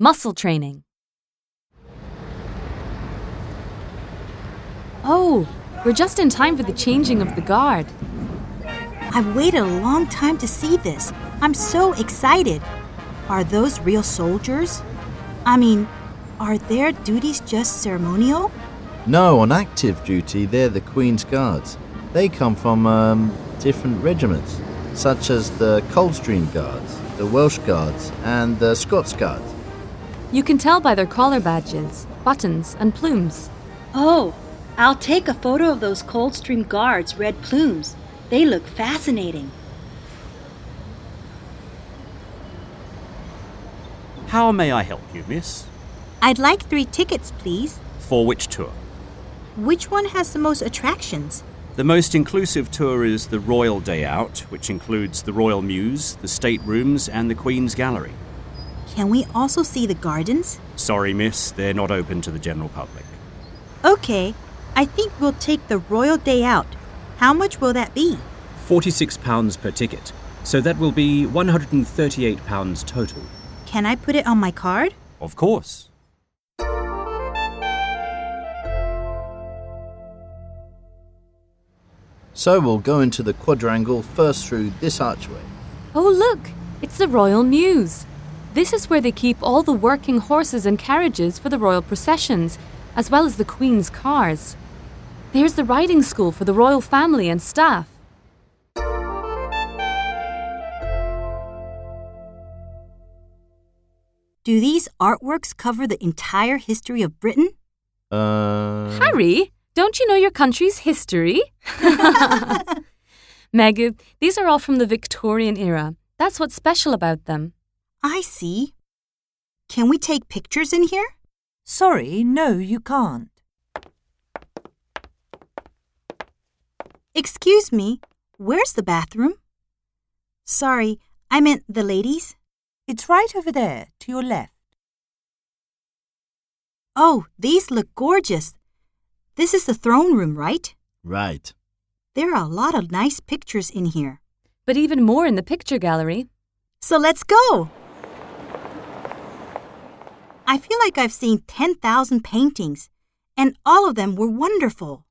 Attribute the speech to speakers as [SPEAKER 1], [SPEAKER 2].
[SPEAKER 1] Muscle training. Oh, we're just in time for the changing of the guard.
[SPEAKER 2] I've waited a long time to see this. I'm so excited. Are those real soldiers? I mean, are their duties just ceremonial?
[SPEAKER 3] No, on active duty, they're the Queen's Guards. They come from um, different regiments, such as the Coldstream Guards, the Welsh Guards, and the Scots Guards.
[SPEAKER 1] You can tell by their collar badges, buttons, and plumes.
[SPEAKER 4] Oh, I'll take a photo of those Coldstream guards' red plumes. They look fascinating.
[SPEAKER 5] How may I help you, miss?
[SPEAKER 2] I'd like three tickets, please.
[SPEAKER 5] For which tour?
[SPEAKER 2] Which one has the most attractions?
[SPEAKER 5] The most inclusive tour is the Royal Day Out, which includes the Royal Mews, the State Rooms, and the Queen's Gallery.
[SPEAKER 2] Can we also see the gardens?
[SPEAKER 5] Sorry, miss, they're not open to the general public.
[SPEAKER 2] Okay, I think we'll take the Royal Day Out. How much will that be?
[SPEAKER 6] £46 per ticket, so that will be £138 total.
[SPEAKER 2] Can I put it on my card?
[SPEAKER 5] Of course.
[SPEAKER 3] So we'll go into the quadrangle first through this archway.
[SPEAKER 1] Oh, look! It's the Royal Mews. This is where they keep all the working horses and carriages for the royal processions, as well as the Queen's cars. There's the riding school for the royal family and staff.
[SPEAKER 2] Do these artworks cover the entire history of Britain?
[SPEAKER 3] Uh,
[SPEAKER 1] Harry, don't you know your country's history? Meghu, these are all from the Victorian era. That's what's special about them.
[SPEAKER 2] I see. Can we take pictures in here?
[SPEAKER 7] Sorry, no, you can't.
[SPEAKER 2] Excuse me, where's the bathroom? Sorry, I meant the ladies.
[SPEAKER 7] It's right over there, to your left.
[SPEAKER 2] Oh, these look gorgeous. This is the throne room, right?
[SPEAKER 3] Right.
[SPEAKER 2] There are a lot of nice pictures in here.
[SPEAKER 1] But even more in the picture gallery.
[SPEAKER 2] So let's go! I feel like I've seen 10,000 paintings, and all of them were wonderful.